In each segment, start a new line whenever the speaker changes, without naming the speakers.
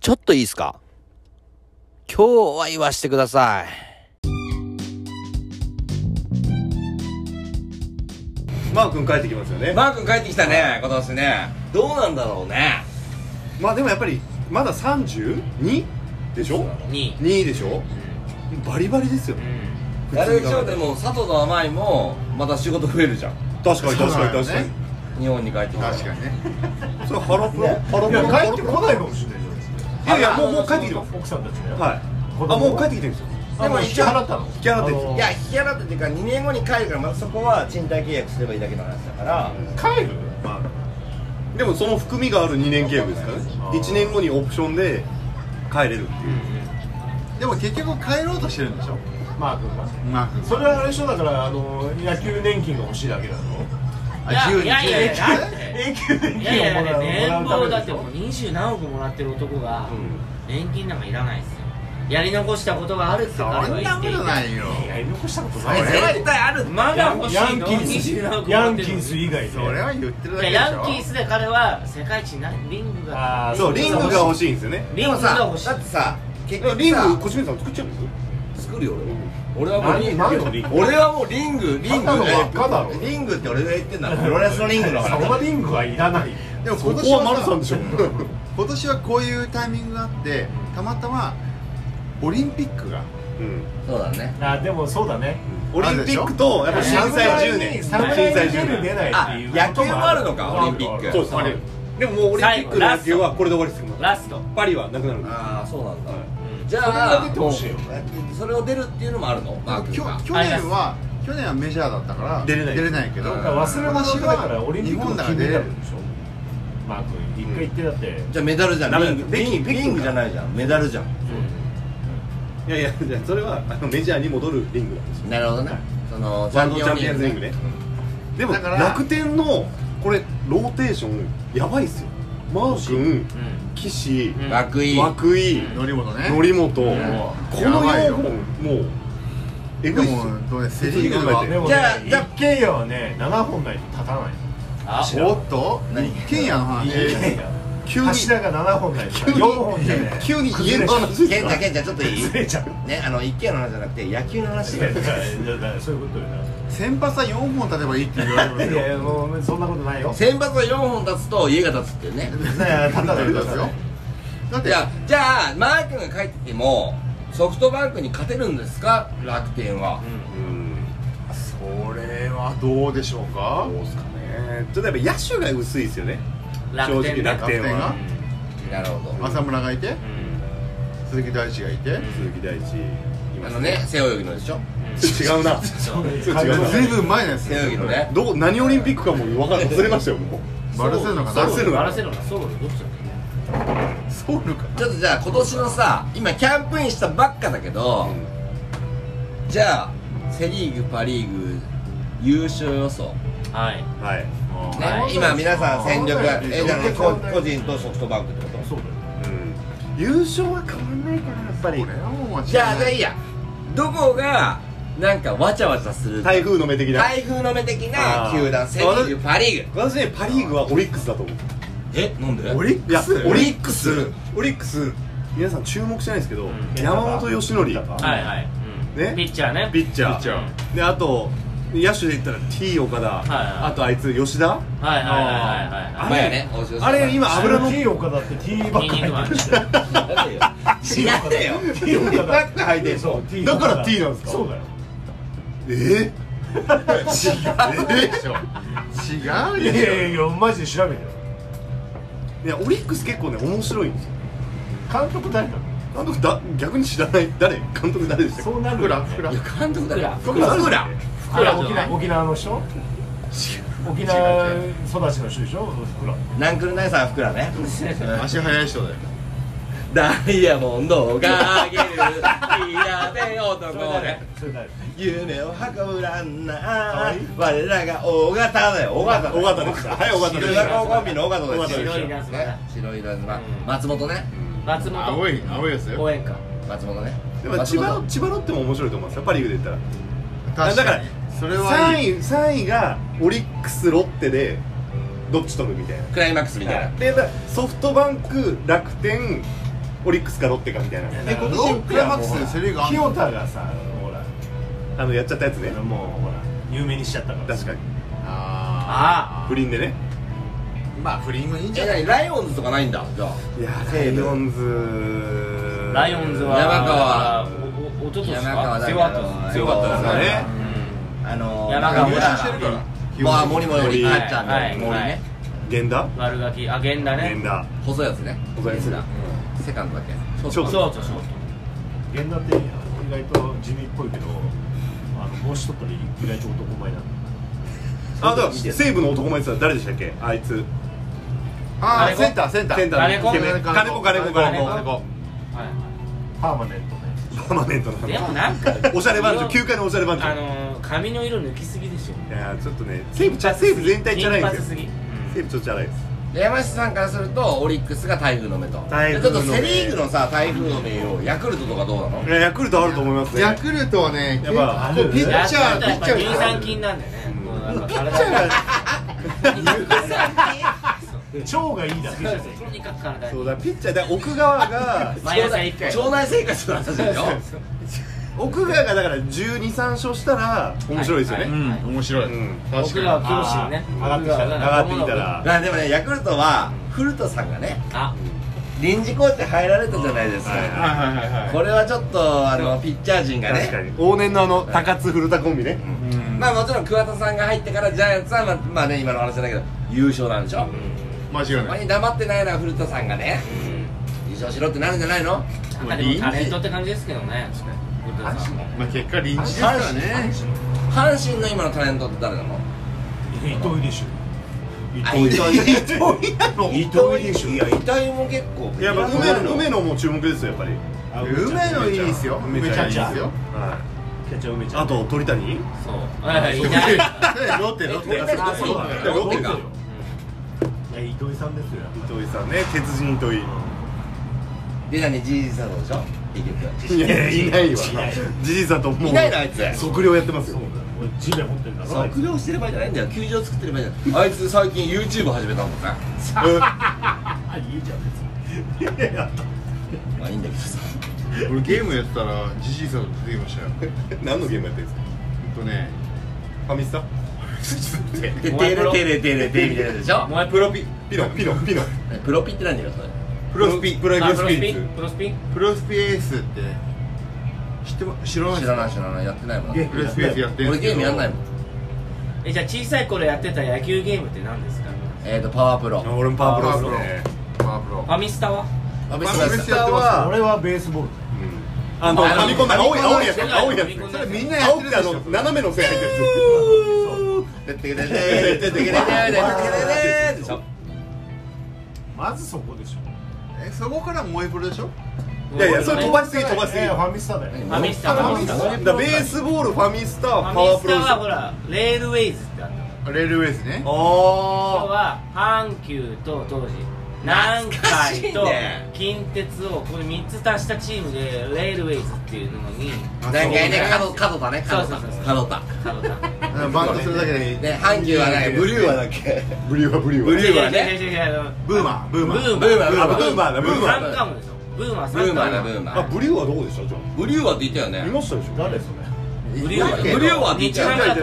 ちょっといいですか今日は言わしてください。
マー君帰ってきますよねま
マー君帰ってきたね今年ねどうなんだろうね
あでもやっぱりまだ 32? でしょ
2
2でしょバリバリですよ
やる以上でも佐藤の甘いもまた仕事増えるじゃん
確かに確かに
そうなん
確
だ
か
よ
に
ね
日本に帰ってきたら
確かにね
それハロプロハロ
い
プ
や
ロ
帰ってこないかもしれないじゃないですか
いやいやもうもう帰ってきてます
奥さんたちね
はい
子供
あもう帰ってきてるんですよ
でも引き払ったの
引き払ってるんですよ
いや引き払ってっていうか2年後に帰るから、まあ、そこは賃貸契約すればいいだけの話だから
帰る
まあでもその含みがある2年契約ですからね
あー
1年後にオプションで帰れるっていう
でも結局帰ろうとしてるんでしょマー君が
マー君
それはあれでしょだからあの野球年金が欲しいだけだろ
いやいやいやいや
永久年
いやいや
金を
だ
もらう
って
もらうためでしょ
年俸だってもう二十何億もらってる男が年金なんかいらないですよやり残したことがあるって彼は
そ
言ってい
んなこと
い
ないよいや残したことない
や絶対あるまだ欲し
ヤ
い
ン
の
キース
27億
ヤ
持っ
ン
て
キ
る
ー
の
ス以外で
それは言ってるだけ
い
い
や
やヤンキースで彼は世界一なリング
あ
が
ー
そうリングが欲しいんですよね
リングが欲しい
さ結
リング小清水さん作っちゃうんですよ
作るよ俺は俺はもうリング
何何のリング
俺はもうリングリング
ただの輪っかだろ
えリングって俺が言ってんだプロレスのリングの
そ
話
のリングはいらない
でも
ここは丸さんでしょ
今年はこういうタイミングがあってたまたまオリンピックが
うん
そうだね
あでもそうだね
オリンピックとやっぱ震災10年震
侍
災
に侍に出
10
る出
年
ないっていう
あ野球もあるの
こ
か
とも
オリンピック
そうです
ある
でももうオリンピックの野球はこれで終わりですよ
ラスト
パリはなくなるんで
ああそうなんだ、
ん
じゃあ
それが出てほしいよね
もうそれを出るっていうのもあるのマー
き
君
ょ
が
去年は去年はメジャーだったから
出れない
出れないけど
だ
から忘れ物だから
今年は
オリンピックの
日本だから出れる
金メダルでしょマー君一回行ってだって
じゃあメダルじゃん
ダメだ
リング
北京
リング
北京
リングじゃないじゃんメダルじゃん
いやいやいやそれはあのメジャーに戻るリングなんですよ
なるほどねその
ワールドチャンピオンズリングねでも
だから
楽天のこれローテーションやばいっすよマー君
うん
岸
うん
学院
涌井
則本ね
則本この
やば
4
いよ
本もうえ
で
ぐいっすよ
もどうねセ・リーグは
うん
でも
じ
じ
ゃ
ゃ
あ
あ
じゃあ
一軒家はね7本ないと立たない
あ
ら
そ
ん
う
お
おっと
何
一軒家の話
急に
柱が7本ないと4本じゃね
急に家の話です
ケン
か
タケンタちょっといい
ずれちゃう
ねあの一軒家の話じゃなくて野球の話
いやだからだからそういうことよ
先発は4本立てばいいって言われま
な
す
い
よ
やいやもうそんなことないよ
選抜は4本立つと家が立つっていうね
いや立たない立た
です
な
よ
い
だっ
い
て
やじゃあマー君が帰ってきてもソフトバンクに勝てるんですか楽天は、
それはどうでしょうか
どうですかねちょっとやっぱ野手が薄いですよね
楽
正直
天
楽天は
が
なるほど
浅村がいて鈴木大地がいて
鈴木大地いま
あ
す
のね背泳ぎのでしょ
違うな違う
ずいぶん前のやつ
背泳ぎのね
どう何オリンピックかも分からん忘れましたよもう
バルセロナかな
バルセロナかなバ
ナかなバル
ル
セ
セ
ロナソウルどっちだっ
ソウルか
ちょっとじゃあ今年のさ今キャンプインしたばっかだけど、じゃあセ・リーグパ・リーグ優勝予想、
けはい
はい
ね
はい
今皆さん戦力が
そうだ
え
よ
じゃあ個個人とソフトバンクってこと
そうだよ
うん優勝は変わんないかなやっぱり
これはもう間違いない
じゃあじゃあいいやどこがなんかわちゃわちゃする
台風の目的な
台風の目的な球団
あー
セ・リーグパ・リーグ
私ねパ・リーグはオリックスだと思う
えなんで
オリックス
いやオリックスオリックス皆さん注目してないんですけど
ん
山本由伸ね
はいはい
ピ
ピッチャーね
ピッチャ
ピッチャ
ーであと野手で言ったら T 岡田
はい
あとあいつ吉田
はいはいはいはいはい
あ
前
れ
ね大城さん
あれ今油の
T 岡だって T ばっかり入ってるし
知らねえよ
T 岡
ばっか入ってる
そう T
だから T なんですか
そうだよ
え
違うでしょ違う
いやいや
で
い
し
やマジで調べてよ
いやオリックス結構ね面白いんですよ
監督誰なの
監督だ逆に知らない誰監督誰でしたっ
そうな
ょ
る
ふら
よね
ふら
監督だよ
ふ
福
ら
浦
あれ沖縄沖縄の人沖縄育ちの人でしょほら
ナンクルナイさんは福浦ね
足速い人だよ
ダイヤモンドがあげる 嫌で男で
それ誰
夢を運ぶランナー我らが大型だよ大型
け尾形でしたはい尾形で
白
し
いラ
た
コンビの大型です
尾形でした
白いラズマね白いラズマ
うん
松本ね
松本青い青いやつよ
応援歌
松本ね
でも千葉千葉ロッテも面白いと思うんですよパ・リーグで言ったら
確
だか
からにそれはいい
3位三位がオリックスロッテでどっち取るみたいな
クライマックスみたいな
でだソフトバンク楽天オリックスかロッテかみたいな
や
え今年
ロッテはもう
クライマックスでセリーグあんの
清田がさほら
あのやっちゃったやつね
もうほら有名にしちゃったから
確かに
あ
不倫でね
ーまあ不倫もいいんじゃ
え
な
何
い
ライオンズとかないんだじゃあ
いやライオンズ
ライオンズは
山川
おおおととし
山川
か
だけど
強かったです
強かったですね
あの
山川
優勝し
森
てるから
森
まあ森森森
森
あっちゃんの
はい
森
は
ね
い
源田
悪ガキあ源田ね
源田
細いやつね
細いやつ
だセカンドだっけ
ショー
そ
ト
うそうそう
源田って意外と地味っぽいけどあの帽子取ったら意外と男前なの
あだから西武の男前って言ったら誰でしたっけあいつ
あ
金
あ
子
センターセンター
センターのイケメン
金子
金子金子金子
金子はい
パーマネントね
パーマネントな
はいでも
の
なんか
おしゃれ番長
色
9階のおしゃれ番長
あのー髪の色抜きすぎでしょ
いやーちょっとね西武ちゃ西武全体じゃないんですよ
金
西武ちょっとじゃないです
で山下さんからするとオリックスが台風の目と
台
で
風
ちょっと
の目
セ・リーグのさ台風の目をヤクルトとかどうな の
いやヤクルトあると思いますね
ヤクルトはね
やっぱ
結構ピ
髪
ッ
つ
チ
ぎ
ャ
や
ー
っ
ピ
ぱやっぱ
ッチャ
乳酸
ー
菌なんだよねもうなんか
ピッ
体
チャー
が
が
腸がいいだけじゃない
とにかく体
そ
に
うだピッチャーだ奥側 が
毎朝一回
腸内生活の話でしょ
奥側がだから1 2三勝したら面白いですよね、
は
う
い
ん面白い
うん
確
僕
からに
は清志にね
上がってきたね
僕
上
らは
がってきたら
まあでもねヤクルトは古田さんがね
あ
臨時コーチ入られたじゃないですか
はいはい
はいはいはい
これはちょっとあのピッチャー陣が
確か
ね
に往年のあの高津古田コンビね、
うん
まあもちろん桑田さんが入ってからジャイアンツはまあまあね今の話じゃないけど優勝なんでしょ
間違い
他
ない
に黙ってないのは古田さんがね優勝しろってなるんじゃないの
なんかでもタレントって感じですけどね古田さんも
まあ結果臨時ですからね
阪神の今のタレントって誰なの
伊藤でしょ
あ糸井
糸井なの
伊藤でしょいや糸井も結構
やっぱ梅野梅野も注目ですよやっぱり、
梅野いいですよ
梅
梅
ち
ち
ゃ
ゃ
ん
んいいですよ
は
キャッチャー梅
い、
ちゃん
あと鳥谷
そうはい いない
ロッテロッ
えロッ
テロ
テ
ッテ
そうだ
だ
よ
から
ロッテか
いや糸井さんですよ
糸井さんね鉄人糸井
で何じいじさんでしょ結局
いやいないわ
いない
じじいさんともう
いないのあいつ
測量やってますよ
俺地面持ってんだろあいつ
測量してる場合じゃないんだよ球場作ってる場合じゃないあいつ最近 YouTube 始めたもんね
あいいじゃん別に
まあいいんだけどさ
俺ゲームやってたらジジイさん出てきましたよほん
え何のゲームやってるんですか
とね
ファミスタ
でテレテレテレテレみたいなやつでしょ
お前プロピ
ピノピノピノ
プロピって何だよそれ
プロスピ
プロ
あ
野球
プ
ス
ロ
ピ
ス
リ
ピ
ッツ
プロスピ
プロスピエースって知ってま知らない
知
で
らない
すか
知らないやってないもん
ゲー
プロスピエースやってん
俺
すけ
ゲー
ど
ムやんないもん
えじゃあ小さい頃やってた野球ゲームって何ですか
えっとパワープロ
あ俺もパワープロですね
パワープロ
ファミスタは
あ
ファミスタは
俺はベースボール
あの
あ
ファミコンの青い青いやつ青いやつ
ファミコン
そ
の
れ
やつ
みんなやってるでしょ青くてあの斜めの線入ってる
まずそこでしょ
えそこから萌えプロでしょ
いやいやそれ飛ばしすぎ飛ばしす
い
ぎだ
やフ
か
ァミスタだよ
ファミスタファミスタフ
らベースボールファミスタパワ
ァミ
ー
ス
プロ
タ
でし
はほ
ょ
らレールウェイズってあったの
レールウェイズね
今日
あ
は阪急と当時南海と
懐かしいね
近鉄をこれ3つ足したチームでレールウェイズっていうのに
あ
何回ね
そう
角角田ね角田
そうそうそう
角田
角田
うんバントするだけで
で阪急はねブリューはだっけ
あブリュワブリ
ブ
ュ
リ
ワ
ューは
違う
ね
違う違う違うあの
ブーマーブーマー
ブー
ブーマー
あブーマーだブーマー
三冠王でしょブーマー
ブー
三
マーだブ
冠
ーマ
あ
ー
ブリュワどこでしたじゃ
ブリューはって言った
あ
よ
い
ね
ましたでしょ
誰それ
ブリューはブリューはって言ったよね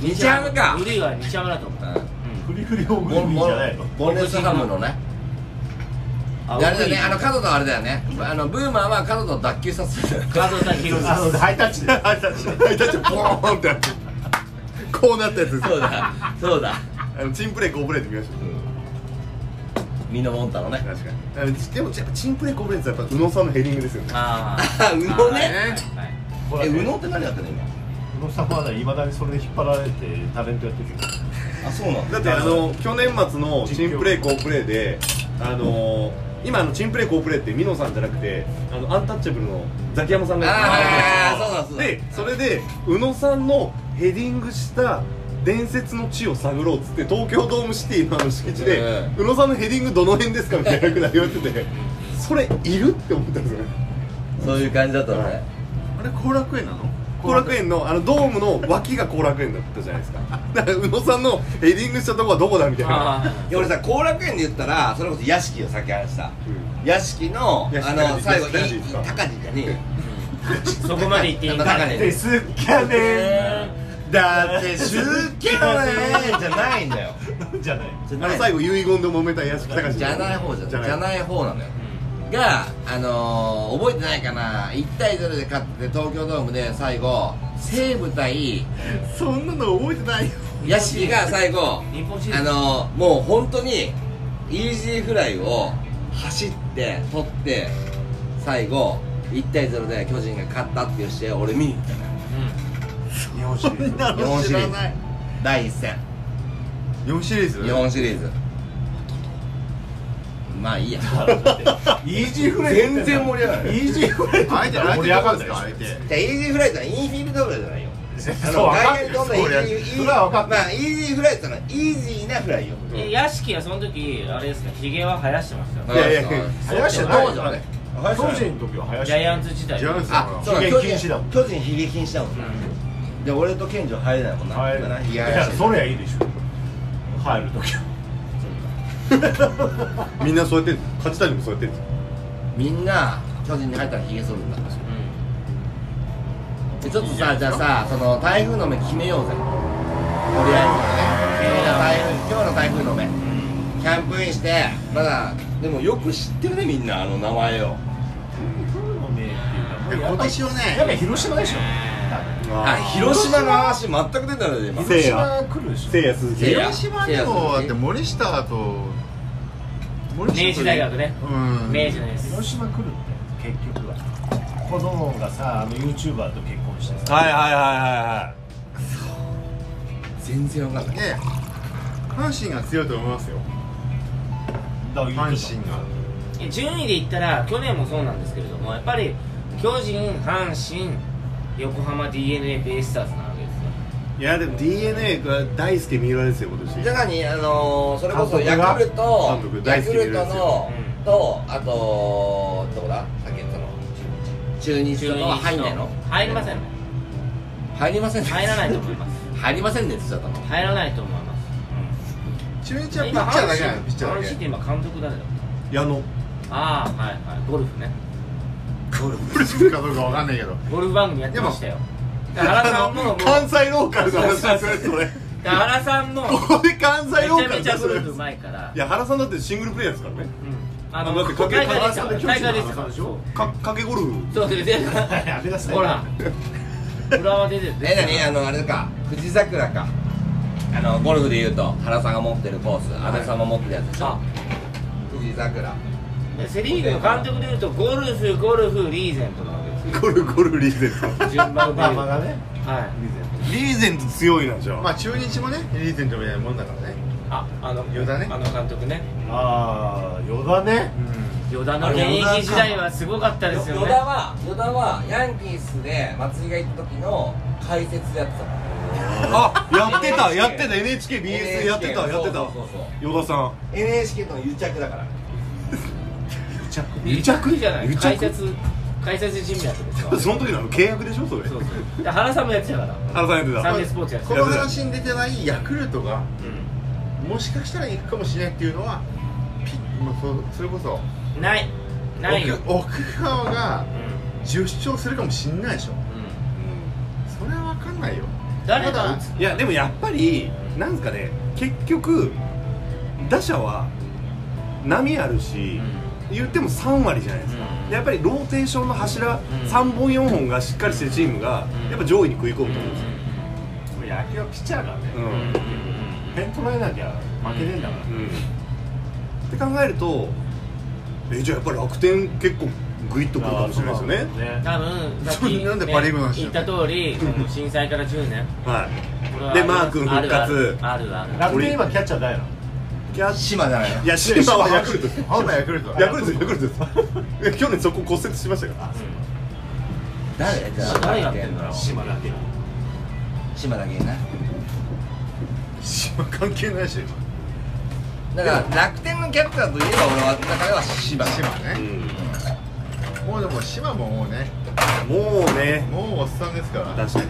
違う
日ハムか
ブリューは日ハムだと思った
フリフリオグ
ボ
リ
ン
ミ
ボン
ーじゃないの
ボンネスハムのねあれだねあの角田はあれだよねあのブーマーは角田を脱臼させる
角田博
あの
です
ハイタッチで
ハイタッチハイタッチボーンってやってこうなったやつです
そうだそうだ
あのチンプレーコーブレーって見ました
ミノモンタのね
確かにあのでもやっぱチンプレーコーブレーってやっぱ宇野さんのヘディングですよね
あ
あ宇野ね
ーはい
ほら
え
ね
宇野って何やってんの今
宇野さんはいまだにそれで引っ張られてタレントやってるけど
あそうなん
だってあの去年末のチンプレーコープレーであのー今あのチンプレーコープレーってミノさんじゃなくてあのアンタッチャブルのザキヤマさんがやって
あーそうだそうだ
でそれで宇野さんのヘディングした伝説の地を探ろうっつって東京ドームシティのあの敷地で
え
宇野さんのヘディングどの辺ですかみたいなくらい言われててそれいるって思ったんですよね
そういう感じだったのね
あれ後楽園なの
後楽園のあのドームの脇が後楽園だったじゃないですかだから宇野さんのヘディングしたとこはどこだみたいな、
あ
いや俺さ後楽園で言ったらそれこそ屋敷をさっき話した
うん
屋敷の
屋敷
あの最後
屋
い
敷
い
ですか
高地じゃねえよ
ーそこまで言っていいんだ
高地
ですっかね
だってすっげえじゃないんだよ
ーじゃない
じゃ
あ
な
の
い
最後遺言で揉めた屋敷隆
じゃない方じゃ
じゃ
ない
ない
じゃない方なのよがあのー、覚えてないかな1対0で勝ってて東京ドームで最後西武対
そんなの覚えてないよ
屋敷が最後
日本シリー
あ
ズ
のもう本当にイージーフライを走って取って最後1対0で巨人が勝ったっていう試合を俺見に行ったのよ
日本シリーズ
日本シリーズ第1戦
4シリーズ
日本シリーズまあいい やじ
イージーフレイ全然盛り上がらないイージーフレイ
相手相
盛り
手
上
ど
が
こで
る
すか相手
ゃあイージーフライってのはインフィールドフライじゃないよあ
そう
の
わか
外
る
野に飛んだイージーイー
それはわかる
まあイージーフライってのはイージーなフライよ
うんえ屋敷はその時あれですかヒゲは生やしてましたよ
いやいや
生やしてない
当時はね
当時の時は林
ジャイアンツ時代
ジャイアンツ
あ、そうだ
悲
巨
劇禁止だも
人
ん
巨人悲劇禁止だもんな、で俺と健二は入れないもんな
入
今
る
な
ない
悲劇
やそりゃいいでしょ入る時は
みんなそうやってる勝ちたいにもそうやってるんですよ
みんな巨人に入ったらひげ剃るんだ
うん
でちょっとさじゃあさその台風の目決めようぜとりあえずね今日の台風今日の台風の目キャンプインしてまだでもよく知ってるねみんなあの名前を
もうねっていうかもうやっ
今
ぱ
年は
やっぱ
ね
広島でしょ
あ広島の話全く出てないで今
せい
広
や
島来るでしょ
せいや鈴
せい
木
や
広島でもだって森下と森
明治大学ね
うん
明治のやつ
広島来るって結局は子供がさあの YouTuber と結婚してさ
はいはいは
全然わかんない
で阪神が強いと思いますよ
だから言うけど
阪神が
え順位で言ったら去年もそうなんですけれどもやっぱり巨人阪神横浜 d n a ベイスターズなわけですよ
いはいいやでも d n a が大輔三浦ですよ今年
じゃあ何あのー、それこそ
監督が
ヤクルト
監督
ヤク
大好きなやつ
ル
よ
トの、
うん
とあとどこださっき言ったの中日とかは入んないの
入りませんね
入りませんね
入らないと思います
入りませんねって言っちゃったの
入らないと思います
中日
じゃ
は
あ
ピッチャーだけなのピッチャー
阪
だ
神って
け
今監督誰だった
矢野
ああはいはいゴルフね
プレスかどうかわかんないけど
ゴルフ番組やってましたよだから原さんももう
関西ローカルの話ですよねそれ
だから原さんも
ここで関西ロ
め
ーカ
ちゃめ
ル
ちゃ
だ
ゴ
それ
ルフう
い
まいから
や原さんだってシングルプレイヤーですからね
うん
あ
あ
だ
の
って
大会
原
でし
さん
たから
で
大会でした
か
かららそう
かかけゴルフ
そうでで
やめなさい
ほら裏は出てる
え何あのあれか富士桜かあのゴルフで言うと原さんが持ってるコース阿部さんも持ってるやつでしょ
あ
富士桜
セ・リーグの監督でいうとゴルフゴルフリーゼントなわけですよ
ゴルフゴルフリーゼン
順番で
ま
言
あ
う
まだね
はい
トリーゼント強いなじゃあ、
まあ中日もねリーゼントみたいなもんだからね
ああの
与田ね
あの監督ね
ああ与田ね
与田の現役時代はすごかったですよ
よ
ね
田は与田はヤンキースで松井が行った時の解説でやってたの
あやってたやってた NHKBS
NHK
やってたやってた
そうそうそう
与田さん
NHK との癒着だから
癒着じゃない
癒着
解説解説人脈ですか
その時なの契約でしょそれ
そうそうで原さんもやってたから
原さんや
サン
っ
デー
て
スポーツやって
こ
た
の話に出てないヤクルトがもしかしたら行くかもしれないっていうのはピもうそそれこそ
うんないないよ
奥奥川が
うん
10勝するかもしんないでしょ
うん
それは分かんないよ
誰が打つ
たいやでもやっぱりなんですかね結局打者は波あるし、言っても3割じゃないですか、
うん
でやっぱりローテーションの柱、
うん
3本4本がしっかりしてるチームが、
うん
やっぱ上位に食い込むと思うんですよ、
野球はピッチャーだね
うんうん
点取られなきゃ負けねえんだから
って考えるとえじゃあやっぱり楽天結構グイッとくるかもしれないですよね
多分さっ
そう
き
なんで
ね
パリーグの話
言った通りその震災から10年
はい
これは
で
あります
マー君復活
あるあるあるある
楽天今キャッチャーだよ
キャッ
島じゃないの
いや島はヤクルトです
青葉ヤクルト
ヤクルトですヤクルトです去年そこ骨折しましたから
誰じゃあ
誰やってんだろう
島だけ
島だけな
島関係ないでしょ
だから楽天のキャプテンといえば俺は中では島
今島ね
うん
もうでも島ももうね
もうね
もうおっさんですから
確かに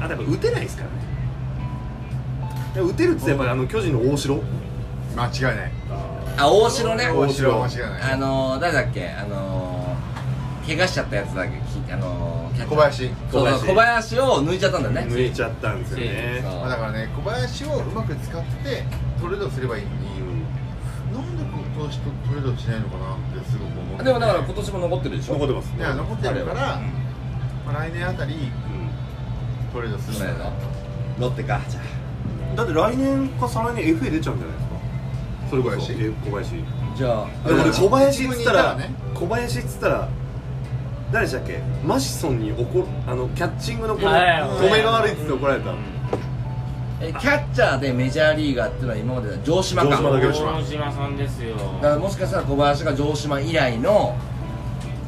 あでも打てないですからねでも打てるっつってやっぱりあの巨人の大城
間違いない
あ大城ね
大城間違いない
あのー、誰だっけあのー、怪我しちゃったやつだっけきあのー、キャッチャー
小林
そうそう小
小
林を抜いちゃったんだよね
抜いちゃったんですよね
そう
まあだからね小林をうまく使ってトレードすればいいのになんで今年とトレードしないのかなってすごく思って
でもだから今年も残ってるでしょ
残ってます
いや残ってるから、まあ、来年あたりトレードするんだよな
ロッテかじゃ
だって来年か再来年 FA 出ちゃうんじゃないですかそれこそ
小林
え小林で
あじゃあ
も俺小林っつったら
自分にいたらね
小林っつったら誰でしたっけマシソンに怒あのキャッチングのこの
はい
はい
止めが悪いっつって怒られた
えキャッチャーでメジャーリーガーっていうのは今までだ城島か
城島だけ
大
ど
島さんですよ
だからもしかしたら小林が城島以来の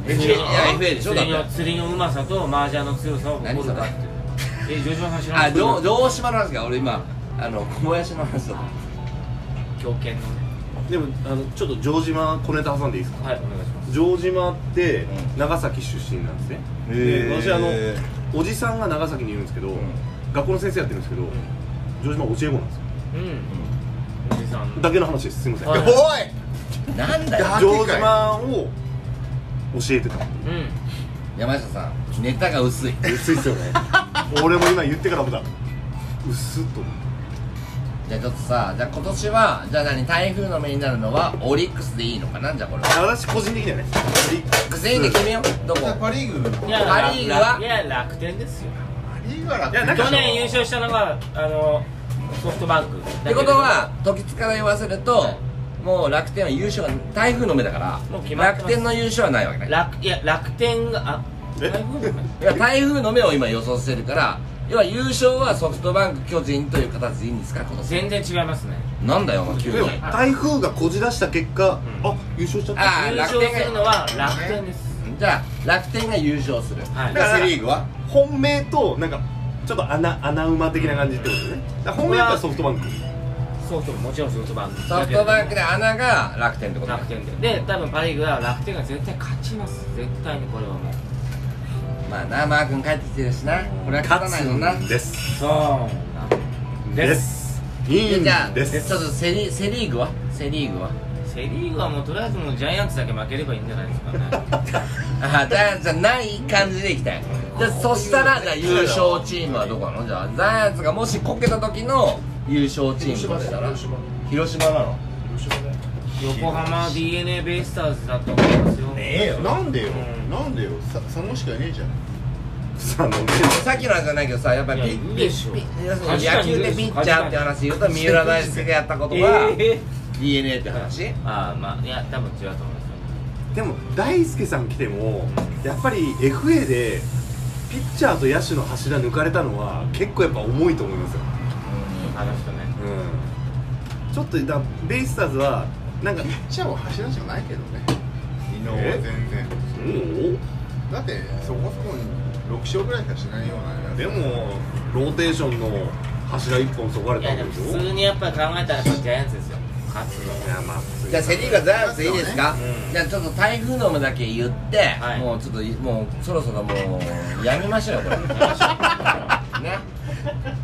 釣
FA い
り
や FA でしょだっ
釣り
て
の釣りのうまさと麻雀の強さを誇るかっていうえ城島さん知らな
あ
い
城城島の話か俺今あの小林の話だと思って
狂犬のね
でもあのちょっと城島小ネタ挟んでいいですか
はいお願いします
城島って
う
長崎出身なんですね
へ
で
ー
私あのおじさんが長崎にいるんですけど
ん
学校の先生やってるんですけど城島教え子なんですよ
うんおじさん
だけの話ですすいません
はい
城
おい
なんだよ
だ
島を教えてた
うん
山下さんネタが薄い
薄いっすよね 俺も今言ってからもだ薄っと思う
じゃあちょっとさじゃあ今年はじゃあ何台風の目になるのはオリックスでいいのかなじゃあこれ
私個人的にはねリックス
全員で決めようどこ
パ・リーグ
いや
パリーグはい
や楽天ですよ
パ・リーグは楽
いやなんか
去年優勝したのがあのソフトバンク
ってことは時津から言わせると、もう楽天は優勝が台風の目だから
もう決まってます
楽天の優勝はないわけね
楽いや楽天があ
え
台風の
いや台風の目を今予想してるから要は優勝はソフトバンク巨人という形でいいんですか今年
全然違いますね
なんだよお前急
でも
に
台風がこじらした結果、
うん
あ優勝しちゃっ
あ
た
ー
優勝するのは楽天です
じゃあ楽天が優勝する
はい
だから
セ・リーグは
本命となんかちょっと穴穴馬的な感じってことねだから本命はやっぱソフトバンク
ソフトもちろんソフトバンク
ソフトバンクで穴が楽天ってことね
楽天でで多分パ・リーグは楽天が絶対勝ちます絶対にこれはもう
まあなマー君帰ってきてるしなこれは勝たないのな
勝つんです
そう
で
です
すいい
え
ん
じゃあ
です
ちょっとセリセリーグはセリーグは
セ・リーグはもうとりあえずもうジャイアンツだけ負ければいいんじゃないですかね
あじゃあじゃあない感じでいきたいじゃあそしたらじゃあ優勝チームはどこなのじゃあジャイアンツがもしこけた時の優勝チームどれだな
広島
広島なの
広島だよ
横浜 d n a ベイスターズだと思いますよ
なんでよ
うん
なんでよさ佐野しかいねえじゃん
さあの
さっきの話じゃないけどさやっぱり
いやいるでしょ
ピッ要するに野球でピッチャーって話言うと三浦大輔がやったことが
ええ
d n a って話
ああまあいや多分違うと思いますよ
でも大輔さん来てもやっぱり FA でピッチャーと野手の柱抜かれたのは結構やっぱ重いと思いますよ
あの人ね
うんちょっとだベイスターズはなんか
ピッチャーは柱しかないけどね昨日は
え
全然だってそこそこに6勝ぐらいしかしないような
でもローテーションの柱一本そがれ
い
た
や
ん
でも
でしょ
普通にやっぱり考えたらやっぱジャイアンツですよ勝つの
いやまあ普通に
じゃあセ・リーグはジャイアンツいいですか、
うん
じゃあちょっと台風の目だけ言って、
はい
もうちょっともうそろそろもうやめましょうよ これね
はいじゃ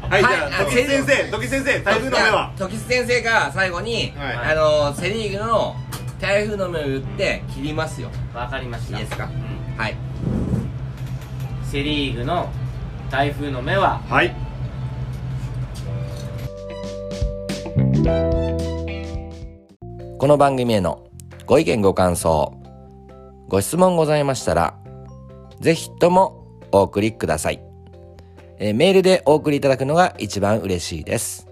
はい
あ
あ
時津先生時津先生台風の目は
時津先生が最後に、
はい
あのセ・リーグの台風の目を言って切りますよ
わかりました
いいですか
うん
はい
セ・リーグの台風の目は
はい
この番組へのご意見ご感想ご質問ございましたらぜひともお送りください、えーメールでお送りいただくのが一番嬉しいです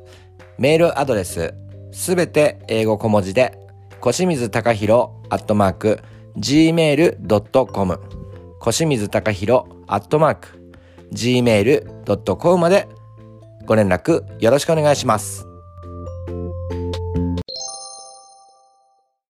メールアドレスすべて英語小文字でこしみずたかひろアットマーク gmail.com こしみずたかひろアットマーク gmail.com までご連絡よろしくお願いします